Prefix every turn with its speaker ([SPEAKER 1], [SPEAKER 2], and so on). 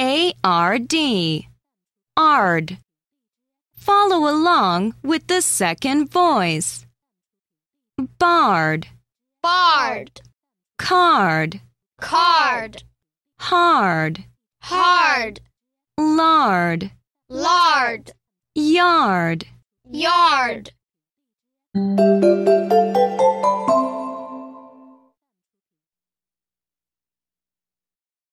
[SPEAKER 1] A R D. Ard. Follow along with the second voice. Barred,
[SPEAKER 2] barred,
[SPEAKER 1] card,
[SPEAKER 2] card,
[SPEAKER 1] hard,
[SPEAKER 2] hard,
[SPEAKER 1] lard,
[SPEAKER 2] lard,
[SPEAKER 1] yard.
[SPEAKER 2] yard.